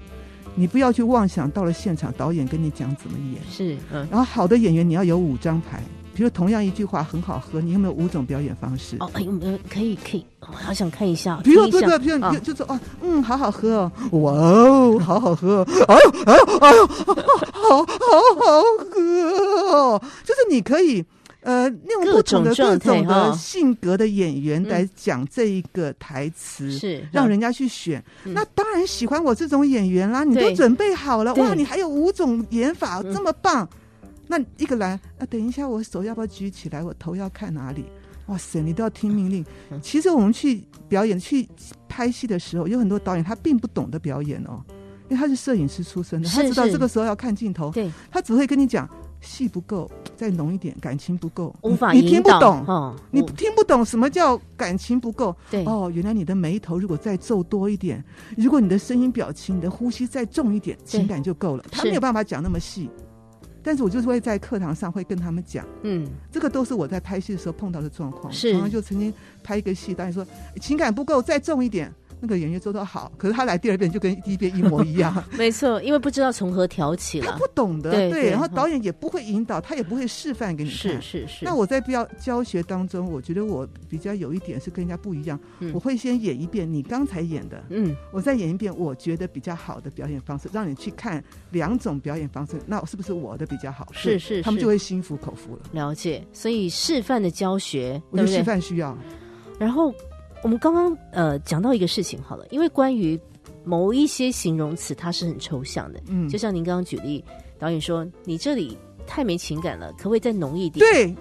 A: 你不要去妄想到了现场导演跟你讲怎么演。
D: 是嗯
A: 然后好的演员你要有五张牌，比如同样一句话很好喝，你有没有五种表演方式？
D: 哦哎呦呃可以可以，我好想看一下，
A: 比如
D: 听
A: 对
D: 一下
A: 对，比如
D: 啊
A: 你就就说哦，嗯，好好喝哦，哇哦，好好喝哦，哎呦哎呦哎呦，好好好好喝哦，就是你可以。呃，那种
D: 各
A: 不
D: 种
A: 同的各
D: 状态
A: 种的
D: 哈
A: 性格的演员
D: 嗯
A: 来讲这一个台词，
D: 是
A: 让
D: 嗯
A: 人家去选。
D: 嗯
A: 那当然喜欢我这种演员啦，你
D: 对
A: 都准备好了，
D: 对
A: 哇，你还有五种演法，
D: 嗯
A: 这么棒。那一个来啊，等一下，我手要不要举起来？我头要看哪里？哇塞，你都要听命令
D: 嗯。
A: 其实我们去表演、去拍戏的时候，有很多导演他并不懂得表演哦，因为他是摄影师出身的，他
D: 是
A: 知道
D: 是
A: 这个时候要看镜头，
D: 对，
A: 他只会跟你讲戏不够，再浓一点，感情不够，
D: 无法
A: 你你听
D: 引
A: 不
D: 导
A: 懂，
D: 哦，
A: 你
D: 我
A: 听不懂什么叫感情不够。
D: 对
A: 哦，原来你的眉头如果再皱多一点，如果你的声音、表情、你的呼吸再重一点，情感就够了。他
D: 是
A: 没有办法讲那么细，但是我就是会在课堂上会跟他们讲，
D: 嗯
A: 这个都是我在拍戏的时候碰到的状况。
D: 是
A: 然后就曾经拍一个戏，导演说哎情感不够，再重一点。那个演员做得好，可是他来第二遍就跟第一遍一模一
D: [LAUGHS]
A: 样，
D: 没错，因为不知道从何调起
A: 他
D: 了
A: 不，懂得
D: 对对
A: 然后
D: 嗯
A: 导演也不会引导，他也 [LAUGHS] 不会示范给你看。
D: 是是是，
A: 那我在教教学当中，我觉得我比较有一点是跟人家不一样，
D: 嗯
A: 我会先演一遍你刚才演的，
D: 嗯
A: 我再演一遍我觉得比较好的表演方式，让你去看两种表演方式，那是不是我的比较好？
D: 是
A: 对
D: 是
A: 他们
D: 是
A: 就会心服口服了。
D: 了解，所以示范的教学
A: 我觉得
D: 对不
A: 示
D: 对？
A: 范需要，
D: 然后我们刚刚呃讲到一个事情好了，因为关于某一些形容词它是很抽象的，
A: 嗯
D: 就，像您刚刚举例，导演说你这里太没情感了，可不可以再浓一点？
A: 对，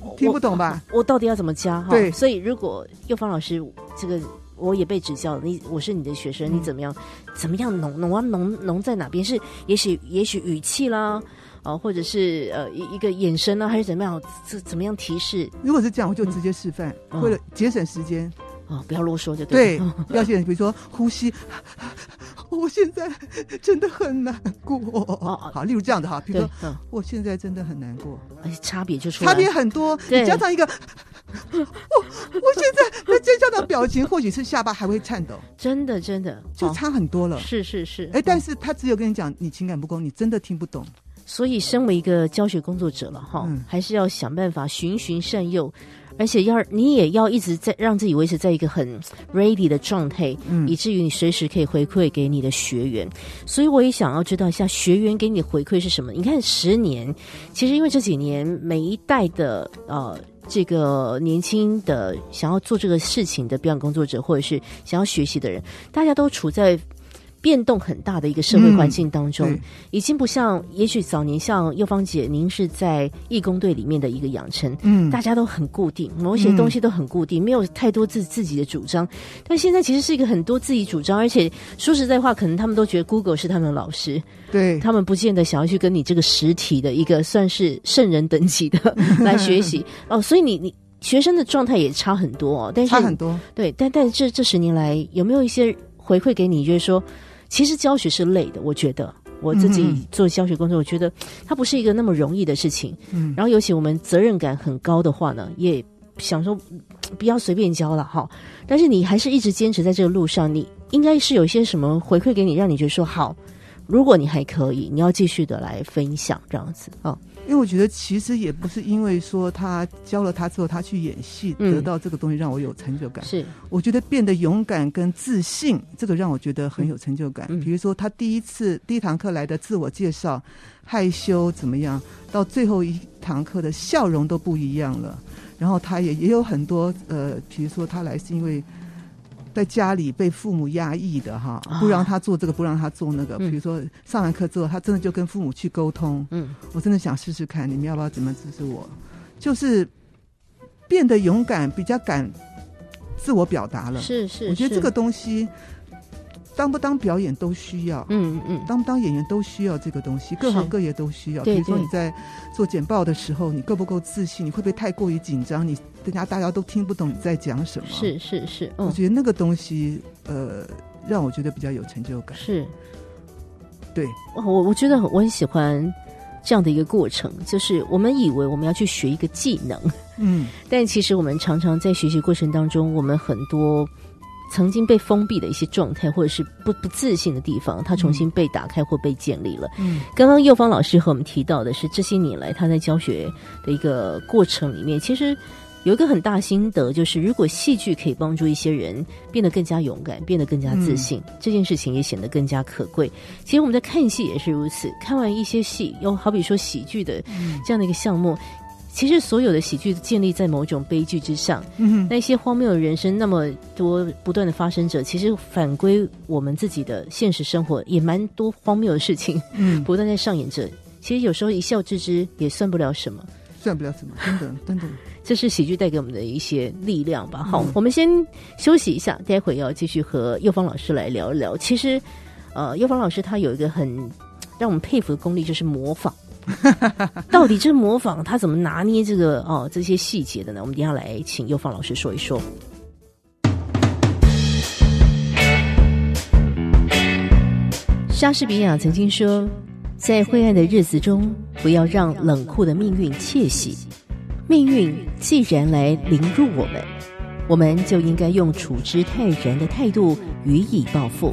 D: 我，
A: 听不懂吧？
D: 我？我到底要怎么加哈？
A: 对
D: 所以如果幼芳老师这个。我也被指教了，你我是你的学
A: 嗯
D: 生，你怎么样？怎么样浓浓啊浓浓在哪边？是也许也许语气啦，哦、或者是呃一一个眼神啊，还是怎么样？这怎么样提示
A: 如果是这样，我就直接示范，
D: 嗯
A: 为了节省时间。
D: 啊、不要啰嗦就
A: 对
D: 对了。，
A: [LAUGHS] 要选比如说呼吸。 [LAUGHS] 我现在真的很难过。
D: 哦
A: 好，例如这样的哈，比如
D: 对
A: 说，
D: 嗯，
A: 我现在真的很难过。
D: 而且差别就出来
A: 差
D: 了。
A: 别很多。
D: 对
A: 你加上一个， [LAUGHS] 我我现在再加上表情，或许是下巴还会颤抖，
D: 真的真的
A: 就
D: 哦
A: 差很多了。
D: 是是是，
A: 哎，但是他只有跟你讲，你情感不够，你真的听不懂。
D: 所以身为一个教学工作者了哈，
A: 嗯
D: 还是要想办法循循善诱，而且要你也要一直在让自己维持在一个很 ready 的状态，
A: 嗯
D: 以至于你随时可以回馈给你的学员。所以我也想要知道一下学员给你的回馈是什么。你看十年，其实因为这几年每一代的呃。这个年轻的想要做这个事情的表演工作者，或者是想要学习的人，大家都处在变动很大的一个社会
A: 嗯
D: 环境当中。
A: 对，
D: 已经不像，也许早年像幼芳姐，您是在义工队里面的一个养成，
A: 嗯
D: 大家都很固定，某一些东西都很固定，没有太多自自己的主张。但现在其实是一个很多自己主张，而且说实在话，可能他们都觉得 Google 是他们的老师，
A: 对，
D: 他们不见得想要去跟你这个实体的一个算是圣人等级的 [LAUGHS] 来学习哦。所以你你学生的状态也差很多哦，但是
A: 差很多。
D: 对，但但这这十年来，有没有一些回馈给你，就是说，其实教学是累的，我觉得。我自
A: 嗯
D: 己
A: 嗯
D: 做教学工作，我觉得它不是一个那么容易的事情。
A: 嗯
D: 然后，尤其我们责任感很高的话呢，也想说嗯不要随便教了哈。但是你还是一直坚持在这个路上，你应该是有一些什么回馈给你，让你觉得说好，如果你还可以，你要继续的来分享这样子哦。
A: 因为我觉得其实也不是因为说他教了他之后，他去演戏
D: 嗯
A: 得到这个东西让我有成就感。
D: 是，
A: 我觉得变得勇敢跟自信，这个让我觉得很有成就感。
D: 嗯
A: 比如说他第一次第一堂课来的自我介绍，害羞怎么样，到最后一堂课的笑容都不一样了。然后他也也有很多呃，比如说他来是因为。在家里被父母压抑的哈
D: 啊，
A: 不让他做这个，不让他做那个。
D: 嗯
A: 比如说上完课之后，他真的就跟父母去沟通，
D: 嗯，
A: 我真的想试试看，你们要不要怎么支持我？就是变得勇敢，比较敢自我表达了。
D: 嗯是是，
A: 我觉得
D: 是
A: 这个东西，当不当表演都需要，
D: 嗯嗯嗯，
A: 当不当演员都需要这个东西，各行各业都需要。
D: 对
A: 比如说
D: 对
A: 你在做简报的时候，你够不够自信？你会不会太过于紧张？你人家大家都听不懂你在讲什么？，
D: 是是是，
A: 我
D: 嗯
A: 觉得那个东西，呃，让我觉得比较有成就感。
D: 是。
A: 对，
D: 哇我我觉得很我很喜欢这样的一个过程，就是我们以为我们要去学一个技能，
A: 嗯，
D: 但其实我们常常在学习过程当中，我们很多曾经被封闭的一些状态，或者是不不自信的地方，它重新被打开或被建立了。
A: 嗯，
D: 刚刚右芳老师和我们提到的是，这些年来他在教学的一个过程里面，其实。有一个很大心得，就是如果戏剧可以帮助一些人变得更加勇敢，变得更加自信，这件事情也显得更加可贵。其实我们在看戏也是如此，看完一些戏，又好比说喜剧的这样的一个项目，其实所有的喜剧建立在某种悲剧之上，
A: 嗯
D: 那些荒谬的人生那么多不断的发生者，其实反归我们自己的现实生活，也蛮多荒谬的事情
A: 嗯，
D: [LAUGHS] 不断在上演着。其实有时候一笑置之也算不了什么，
A: 算不了什么，真的， [LAUGHS] 真的。
D: 这是喜剧带给我们的一些力量吧。好，我们先休息一下，待会要继续和右方老师来聊一聊。其实，呃，右方老师他有一个很让我们佩服的功力，就是模仿。到底这模仿他怎么拿捏这个哦这些细节的呢？我们等一下来请右方老师说一说。莎士比亚曾经说：“在灰暗的日子中，不要让冷酷的命运窃喜。”命运既然来凌辱我们，我们就应该用处之泰然的态度予以报复。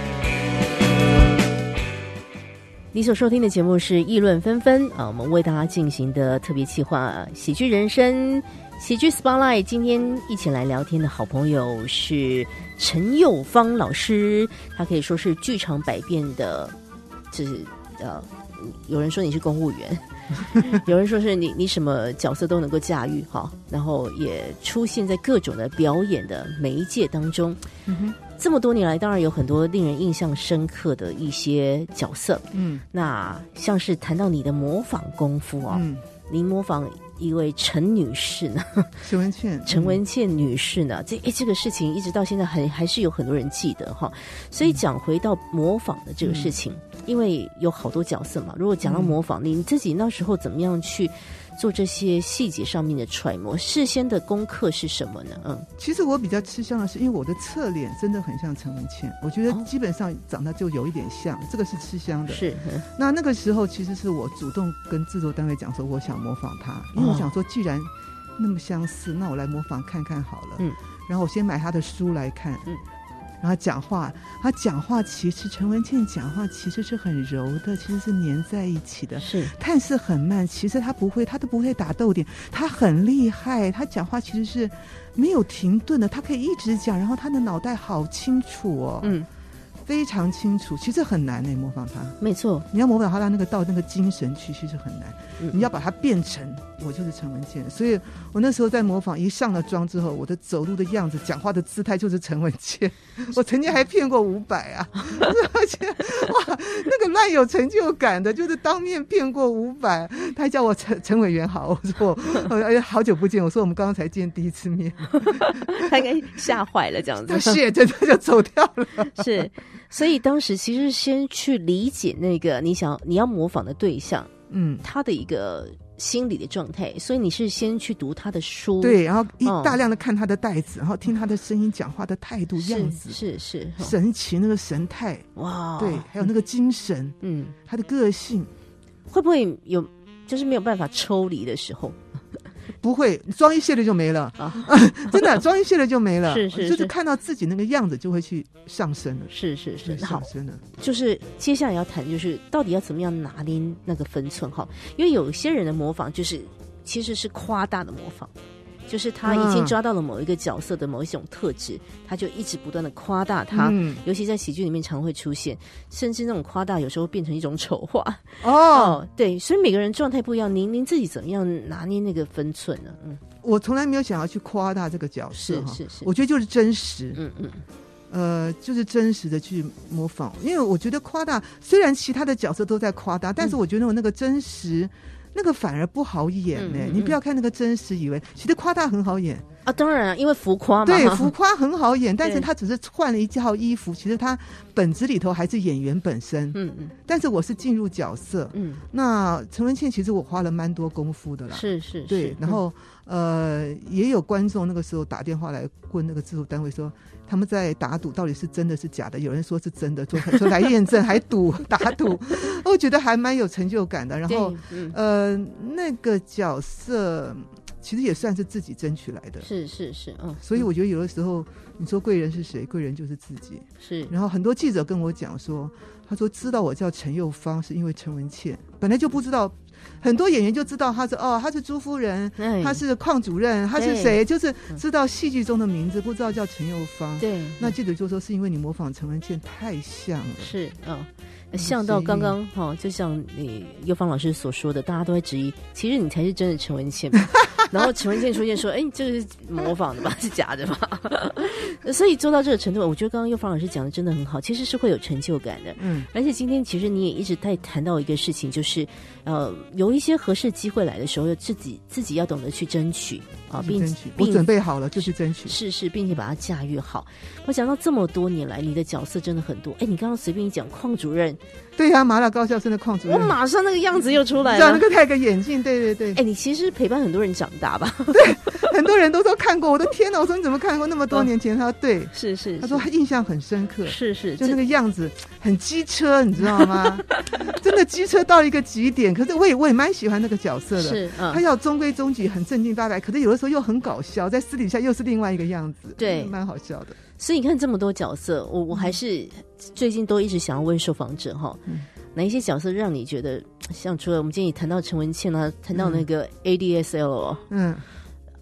D: 你所收听的节目是《议论纷纷》啊，我们为大家进行的特别企划《喜剧人生》喜剧 Spotlight。今天一起来聊天的好朋友是陈佑芳老师，他可以说是剧场百变的，就是呃，有人说你是公务员，有人说是你你什么角色都能够驾驭哈，然后也出现在各种的表演的媒介当中。这么多年来，当然有很多令人印象深刻的一些角色。
A: 嗯
D: 那像是谈到你的模仿功夫哦，
A: 嗯，
D: 您模仿一位陈女士呢，
A: 陈文茜，嗯
D: 陈文茜女士呢，这诶这个事情一直到现在还还是有很多人记得哈。所以讲回到模仿的这个事情，因为有好多角色嘛。如果讲到模仿，你自己那时候怎么样去做这些细节上面的揣摩？事先的功课是什么呢？嗯，
A: 其实我比较吃香的是，因为我的侧脸真的很像陈文茜，我觉
D: 哦
A: 得基本上长得就有一点像，这个是吃香的。
D: 是，嗯
A: 那那个时候其实是我主动跟制作单位讲说，我想模仿
D: 哦
A: 她，因为我想说，既然那么相似，那我来模仿看看好了。
D: 嗯，
A: 然后我先买她的书来看。
D: 嗯。
A: 然后讲话，她讲话其实陈文茜讲话其实是很柔的，其实是粘在一起的。
D: 是，
A: 看似很慢，其实他不会，他都不会打逗点，他很厉害，他讲话其实是没有停顿的，他可以一直讲，然后他的脑袋好清楚哦，
D: 嗯，
A: 非常清楚，其实很难呢、模仿他，
D: [LAUGHS] 没错，
A: 你要模仿他的那个到那个精神去，其实很难，
D: 嗯
A: 你要把它变成我就是陈文茜，所以我那时候在模仿，一上了妆之后，我的走路的样子、讲话的姿态就是陈文
D: [LAUGHS]
A: 茜，我曾经还骗过伍佰啊， [LAUGHS] 而且哇，那个蛮有成就感的，就是当面骗过伍佰，他还叫我陈陈委员好，我说我哎呀好久不见，我说我们刚刚才见第一次
D: [LAUGHS]
A: 面，
D: 他应该吓坏了这样
A: 他
D: 子。
A: 谢真的就走掉了，
D: [LAUGHS] 是，所以当时其实先去理解那个你想你要模仿的对象
A: 嗯。
D: 他的一个心理的状态，所以你是先去读他的书，
A: 对，然后一
D: 哦
A: 大量的看他的袋子，然后听他的声音、讲话的态度、
D: 是，
A: 样子，
D: 是是是，
A: 神情、那个神态，
D: 哇，
A: 对，还有那个精神，
D: 嗯，
A: 他的个性，
D: 会不会有就是没有办法抽离的时候
A: 不会妆一卸了就没了，
D: 啊？
A: [LAUGHS] 真的妆一卸了就没了，
D: [LAUGHS] 是是
A: 就是是看到自己那个样子就会去上升了，
D: 是是
A: 去
D: 是，好
A: 上，升了，
D: 就是接下来要谈就是到底要怎么样拿捏那个分寸哈，因为有些人的模仿就是其实是夸大的模仿，就是他已经
A: 嗯
D: 抓到了某一个角色的某一种特质，他就一直不断的夸大他。
A: 嗯
D: 尤其在喜剧里面常会出现，甚至那种夸大有时候变成一种丑化
A: 哦，
D: 哦。对，所以每个人状态不一样，您您自己怎么样拿捏那个分寸呢？嗯，
A: 我从来没有想要去夸大这个角色
D: 是
A: 哈，
D: 是是，
A: 我觉得就是真实，
D: 嗯嗯
A: 呃，就是真实的去模仿，因为我觉得夸大，虽然其他的角色都在夸大，
D: 嗯
A: 但是我觉得我那个真实。那个反而不好演呢、
D: 嗯嗯
A: 你不要看那个真实，以为其实夸大很好演，
D: 啊，当然啊，因为浮夸嘛，
A: 对，
D: 哈
A: 浮夸很好
D: [LAUGHS]
A: 演，但是
D: 对
A: 他只是换了一套衣服，其实他本质里头还是演员本身。
D: 嗯嗯
A: 但是我是进入角色，
D: 嗯，
A: 那陈文茜其实我花了蛮多功夫的啦，
D: 是是
A: 嗯对
D: 是，，嗯
A: 然后呃，也有观众那个时候打电话来问那个制作单位说，他们在打赌到底是真的是假的，有人说是真
D: [LAUGHS]
A: 的，说说来验证，还赌打赌，我觉得还蛮有成就感的。然
D: 对
A: 后
D: 嗯
A: 呃，那个角色其实也算是自己争取来的。
D: 是是是嗯，
A: 所以我觉得有的时候，你说贵人是谁？贵人就是自己。
D: 是
A: 然后很多记者跟我讲说，他说知道我叫陈幼芳是因为陈文茜，本来就不知道，很多演员就知道她是哦，她是朱夫人，
D: 哎
A: 他是邝主任，他是
D: 对
A: 谁？就是
D: 嗯
A: 知道戏剧中的名字，不知道叫陈幼芳。
D: 对
A: 那记者就说是因为你模仿陈文茜太像了。
D: 是
A: 嗯
D: 嗯。像到
A: 所以
D: 刚刚哈、哦，就像你幼芳老师所说的，大家都在质疑，其实你才是真的陈文
A: [LAUGHS]
D: 茜嘛。然后陈文茜出现说：“哎，你这个是模仿的吧？ [LAUGHS] 是假的吧？” [LAUGHS] 所以做到这个程度，我觉得刚刚幼芳老师讲的真的很好，其实是会有成就感的。
A: 嗯，
D: 而且今天其实你也一直在谈到一个事情，就是呃，有一些合适机会来的时候，要自己自己要懂得去争取啊，
A: 去
D: 并
A: 嗯争取，我
D: 并
A: 准备好了就去争取。
D: 是是，并且把它驾驭好。我想到这么多年来，你的角色真的很多。哎，你刚刚随便一讲邝主任，
A: 对呀、麻辣高校生的邝主
D: 我
A: 任，
D: 马上那个样子又出来
A: 让那
D: 了。
A: 个戴个眼镜，对对对，
D: 啊哎，你其实陪伴很多人长大吧？
A: 很多人都说看过，我的天哪！我说你怎么看过？那么多
D: 嗯
A: 年前，他说对，
D: 是是，
A: 他说他印象很深刻。
D: 是是，
A: 就
D: 这
A: 那个样子，很机车，你知道
D: [LAUGHS]
A: 吗？真的机车到一个极点。可是我也我也蛮喜欢那个角色的，
D: 是
A: 他
D: 嗯。
A: 要中规中矩，很正经八百，可是有的时候又很搞笑，在私底下又是另外一个样子，
D: 对
A: 蛮好笑的。
D: 所以你看这么多角色，我我还是最近都一直想要问受访者哈
A: 嗯，
D: 哪一些角色让你觉得像除了我们今天也谈到陈文茜啊，谈到那个 ADSL 哦，
A: 嗯，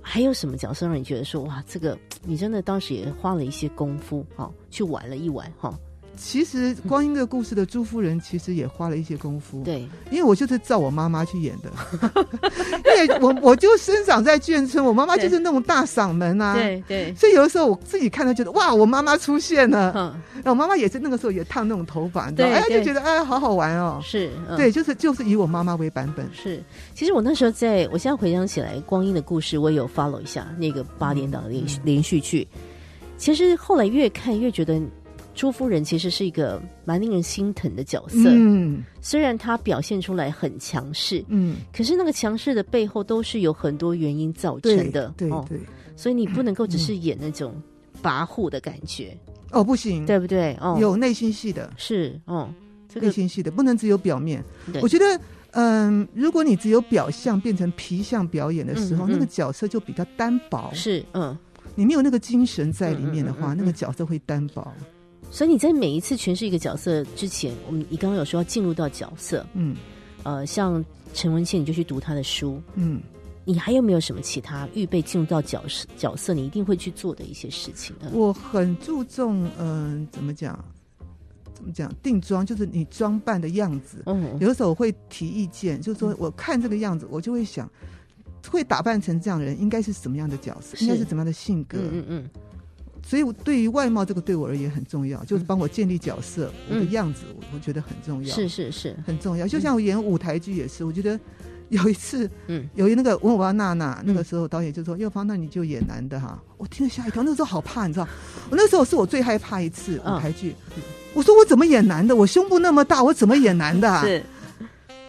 D: 还有什么角色让你觉得说哇，这个你真的当时也花了一些功夫哈、哦，去玩了一玩哈、
A: 其实光阴这个故事的朱夫人，其实也花了一些功夫，，
D: 对，
A: 因为我就是照我妈妈去演的， [LAUGHS] 因为我我就生长在眷村，我妈妈就是那种大嗓门啊。
D: 对对，
A: 所以有的时候我自己看到觉得哇，我妈妈出现了，
D: 嗯，
A: 然后我妈妈也是那个时候也烫那种头发，你知道吗，
D: 对
A: 哎，
D: 对
A: 就觉得哎，好好玩哦。
D: 是，嗯、
A: 对，就是就是以我妈妈为版本，
D: 是。其实我那时候在，我现在回想起来，《光阴的故事》我也有 follow 一下那个八点档的连续、
A: 嗯
D: 连续剧。其实后来越看越觉得，朱夫人其实是一个蛮令人心疼的角色。
A: 嗯
D: 虽然她表现出来很强势，
A: 嗯，
D: 可是那个强势的背后都是有很多原因造
A: 对
D: 成的。
A: 对
D: 哦，
A: 对，
D: 所以你不能够只是演那种跋扈的感觉，
A: 哦，不行，
D: 对不对？哦，
A: 有内心戏的，
D: 是哦，这
A: 内
D: 个
A: 心戏的，不能只有表面
D: 对。
A: 我觉得，嗯，如果你只有表象变成皮相表演的时候，
D: 嗯嗯嗯
A: 那个角色就比较单薄。
D: 是嗯。
A: 你没有那个精神在里面的话，
D: 嗯嗯嗯嗯嗯
A: 那个角色会单薄。
D: 所以你在每一次诠释一个角色之前，我们你刚刚有说要进入到角色，
A: 嗯
D: 呃，像陈文茜你就去读她的书，
A: 嗯，
D: 你还有没有什么其他预备进入到角色角色你一定会去做的一些事情呢？
A: 我很注重，嗯、怎么讲？怎么讲？定妆就是你装扮的样子。
D: 嗯，
A: 有的时候我会提意见，就是说我看这个样子，我就会想，会打扮成这样的人应该是什么样的角色，
D: 是
A: 应该是怎么样的性格。
D: 嗯嗯嗯，
A: 所以，我对于外貌这个对我而言很重要，就是帮我建立角色，
D: 嗯
A: 我的样子，我我觉得很重要，
D: 是嗯是是，
A: 很重要。就像我演舞台剧也是，我觉得有一次，
D: 嗯
A: 嗯，有一那个问我要娜娜，那个时候导演就说：“幼芳，那你就演男的哈。”我听了吓一跳，那时候好怕，你知道，我那时候是我最害怕一次
D: 嗯
A: 舞台剧。我说我怎么演男的？我胸部那么大，我怎么演男的、啊？
D: 是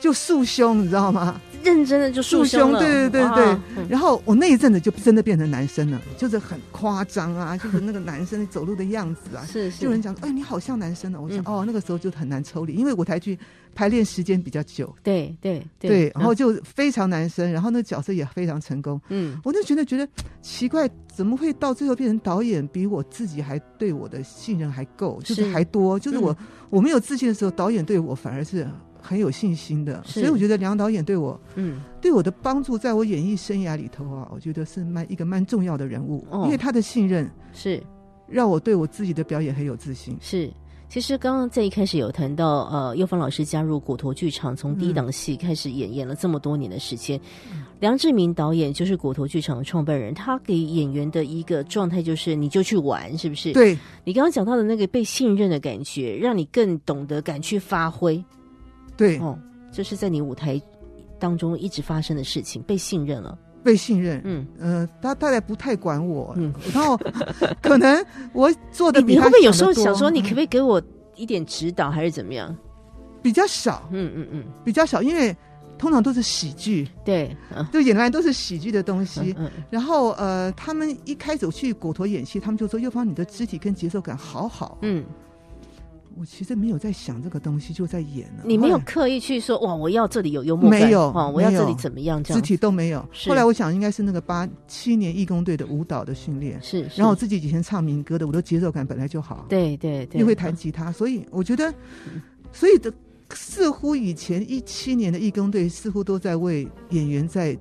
A: 就束胸，你知道吗？
D: 认真的就
A: 束
D: 胸
A: 胸，
D: 了，
A: 对对对
D: 哇
A: 对。
D: 嗯
A: 然后我那一阵子就真的变成男生了，就是很夸张啊，就是那个男生走路的样子啊，
D: 是
A: 就有人
D: 是，
A: 讲，哎，你好像男生哦。我想，
D: 嗯
A: 哦，那个时候就很难抽离，因为舞台剧排练时间比较久，
D: 对对嗯
A: 对，然后就非常男生，然后那个角色也非常成功。
D: 嗯
A: 我就觉得觉得奇怪，怎么会到最后变成导演比我自己还对我的信任还够，就是
D: 嗯
A: 是还多，就是我、我没有自信的时候，导演对我反而是很有信心的，
D: 是
A: 所以我觉得梁导演对我
D: 嗯，
A: 对我的帮助，在我演艺生涯里头啊，我觉得是蛮一个蛮重要的人物，
D: 哦
A: 因为他的信任
D: 是
A: 让我对我自己的表演很有自信。
D: 是。其实刚刚在一开始有谈到，呃，幼芳老师加入果陀剧场，
A: 嗯
D: 从第一档戏开始演，演了这么多年的时间。梁志民导演就是果陀剧场的创办人，他给演员的一个状态就是，你就去玩，是不是？。
A: 对，
D: 你刚刚讲到的那个被信任的感觉，让你更懂得敢去发挥。
A: 对，
D: 哦，这是在你舞台当中一直发生的事情，被信任了。
A: 被信任。
D: 嗯，
A: 呃，他大概不太管我，
D: 嗯
A: 然后可能我做的
D: 你
A: 比
D: 你
A: 他
D: 会不会有
A: 得
D: 时候
A: 多
D: 想说，你
A: 嗯
D: 可不可以给我一点指导，还是怎么样？
A: 比较少，
D: 嗯嗯嗯，
A: 比较少，因为通常都是喜剧，
D: 对，嗯
A: 就演来都是喜剧的东西。
D: 嗯嗯，
A: 然后呃，他们一开始我去果陀演戏，他们就说：“右方，你的肢体跟节奏感好好。”
D: 嗯，
A: 我其实没有在想这个东西，就在演啊了。
D: 你没有
A: 后来
D: 刻意去说哇，我要这里有幽默感，
A: 没有
D: 哦，我要
A: 没有
D: 这里怎么样这
A: 肢
D: 样？
A: 体都没有。
D: 是
A: 后来我想，应该是那个八七年义工队的舞蹈的训练，
D: 是，是
A: 然后我自己以前唱民歌的，我的节奏感本来就好，
D: 对嗯对对，
A: 又会弹吉他，所以我觉得，所以的似乎以前一七年的义工队似乎都在为演员在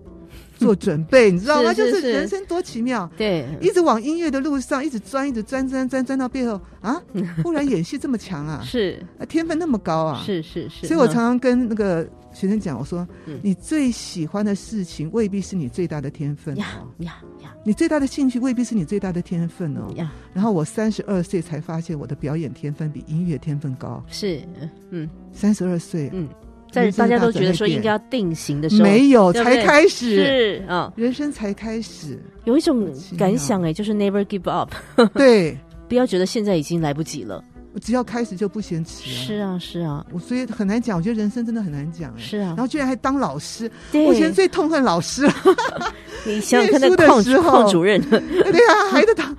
A: 做准备，你知道吗？
D: 是是
A: 就是是人生多奇妙。
D: 对，
A: 一直往音乐的路上一直钻，一直钻钻钻钻到背后
D: [LAUGHS]
A: 啊！忽然演戏这么强啊，
D: 是
A: 啊天分那么高啊！
D: 是是是，
A: 所以我
D: 嗯
A: 常常跟那个学生讲，我说、
D: 嗯
A: 你最喜欢的事情未必是你最大的天分哦，
D: 呀呀呀
A: 你最大的兴趣未必是你最大的天分哦。
D: 呀，
A: 然后我三十二岁才发现我的表演天分比音乐天分高，
D: 是嗯，
A: 三十二岁
D: 嗯在大家都觉得说应该要定型的时候，
A: 没有
D: 对不对
A: 才开始，
D: 是啊，
A: 人生才开
D: [LAUGHS]
A: 始，
D: 有一种
A: 奇
D: 感
A: 妙
D: 想哎，就是 never give up，
A: 对，
D: 不要觉得现在已经来不及了。
A: 只要开始就不嫌迟、
D: 是，啊，是啊，
A: 我所以很难讲，我觉得人生真的很难讲、哎
D: 是啊
A: 然后居然还当老师，
D: 对，
A: 我以前最痛恨老师了。
D: 你想想看，
A: 念书
D: 那
A: 的
D: 矿
A: 时候
D: 矿主任， [LAUGHS]
A: [LAUGHS] 对呀、还得当，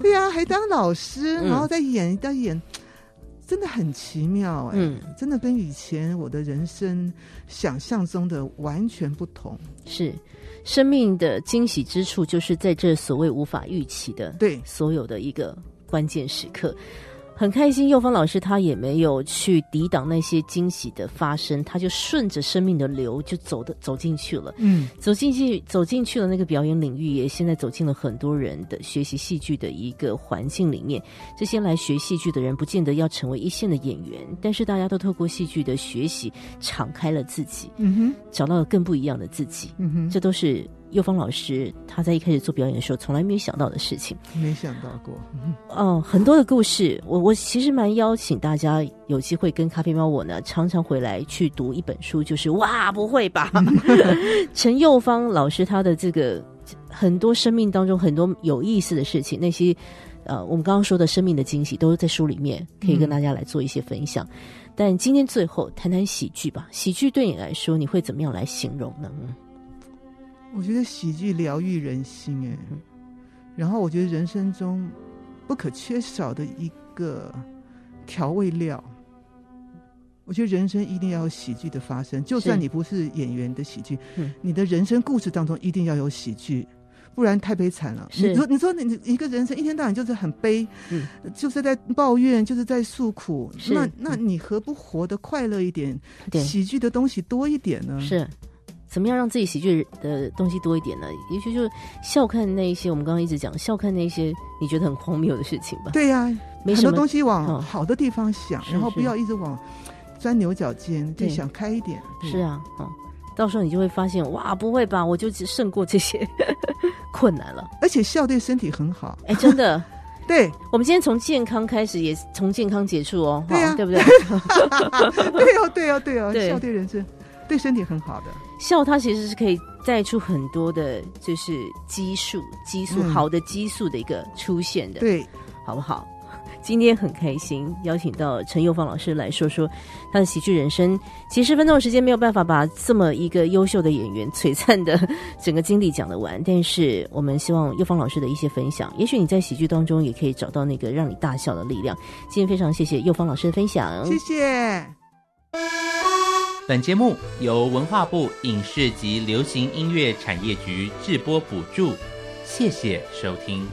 A: 对呀、还当老师，
D: 嗯
A: 然后再演，再演，真的很奇妙哎、
D: 嗯，
A: 真的跟以前我的人生想象中的完全不同。
D: 是生命的惊喜之处，就是在这所谓无法预期的
A: 对，
D: 所有的一个关键时刻。很开心，幼芳老师他也没有去抵挡那些惊喜的发生，他就顺着生命的流就走的走进去了。
A: 嗯，
D: 走进去，走进去了那个表演领域，也现在走进了很多人的学习戏剧的一个环境里面。这些来学戏剧的人，不见得要成为一线的演员，但是大家都透过戏剧的学习，敞开了自己，
A: 嗯
D: 找到了更不一样的自己
A: 哼，。嗯
D: 这都是幼芳老师他在一开始做表演的时候从来没有想到的事情。
A: 哼，没想到过。
D: 哦，很多的故事，我我其实蛮邀请大家有机会跟咖啡猫我呢，常常回来去读一本书，就是哇，不会吧？陈佑芳老师他的这个很多生命当中很多有意思的事情，那些呃我们刚刚说的生命的惊喜，都在书里面可以跟大家来做一些分享。但今天最后谈谈喜剧吧，喜剧对你来说，你会怎么样来形容呢？嗯
A: 我觉得喜剧疗愈人心哎、
D: 嗯
A: 然后我觉得人生中不可缺少的一个调味料。我觉得人生一定要有喜剧的发生，就是算你不是演员的喜剧，
D: 嗯
A: 你的人生故事当中一定要有喜剧，不然太悲惨了。
D: 是
A: 你说，你说你你一个人生一天到晚就是很悲，
D: 嗯
A: 就是在抱怨，就是在诉苦，
D: 是
A: 那那你何不活得快乐一点，
D: 对，
A: 喜剧的东西多一点呢？
D: 是，怎么样让自己喜剧的东西多一点呢？也许就是笑看那一些我们刚刚一直讲笑看那一些你觉得很荒谬的事情吧。
A: 对呀、
D: 没
A: 很
D: 什
A: 多
D: 么
A: 东西往
D: 嗯
A: 好的地方想，
D: 是
A: 然后
D: 是
A: 不要一直往钻牛角尖，就
D: 对
A: 想开一点。对
D: 是啊，嗯，到时候你就会发现，哇，不会吧，我就只胜过这些 [LAUGHS] 困难了。
A: 而且笑对身体很好。 [LAUGHS]
D: 哎，真的，
A: 对，
D: 我们今天从健康开始，也从健康结束哦，哈
A: 对啊
D: 对不 [LAUGHS] 对？
A: 对哦，对哦，对哦，
D: 对
A: 笑对人生，对身体很好的。
D: 笑它其实是可以带出很多的，就是激素、激素、
A: 嗯
D: 好的激素的一个出现的。
A: 对，
D: 好不好？ [LAUGHS] 今天很开心，邀请到陈佑芳老师来说说他的喜剧人生。其实十分钟的时间没有办法把这么一个优秀的演员璀璨的 [LAUGHS] 整个经历讲得完，但是我们希望佑芳老师的一些分享，也许你在喜剧当中也可以找到那个让你大笑的力量。今天非常谢谢佑芳老师的分享，
A: 谢谢。
E: 本节目由文化部影视及流行音乐产业局制播补助，谢谢收听。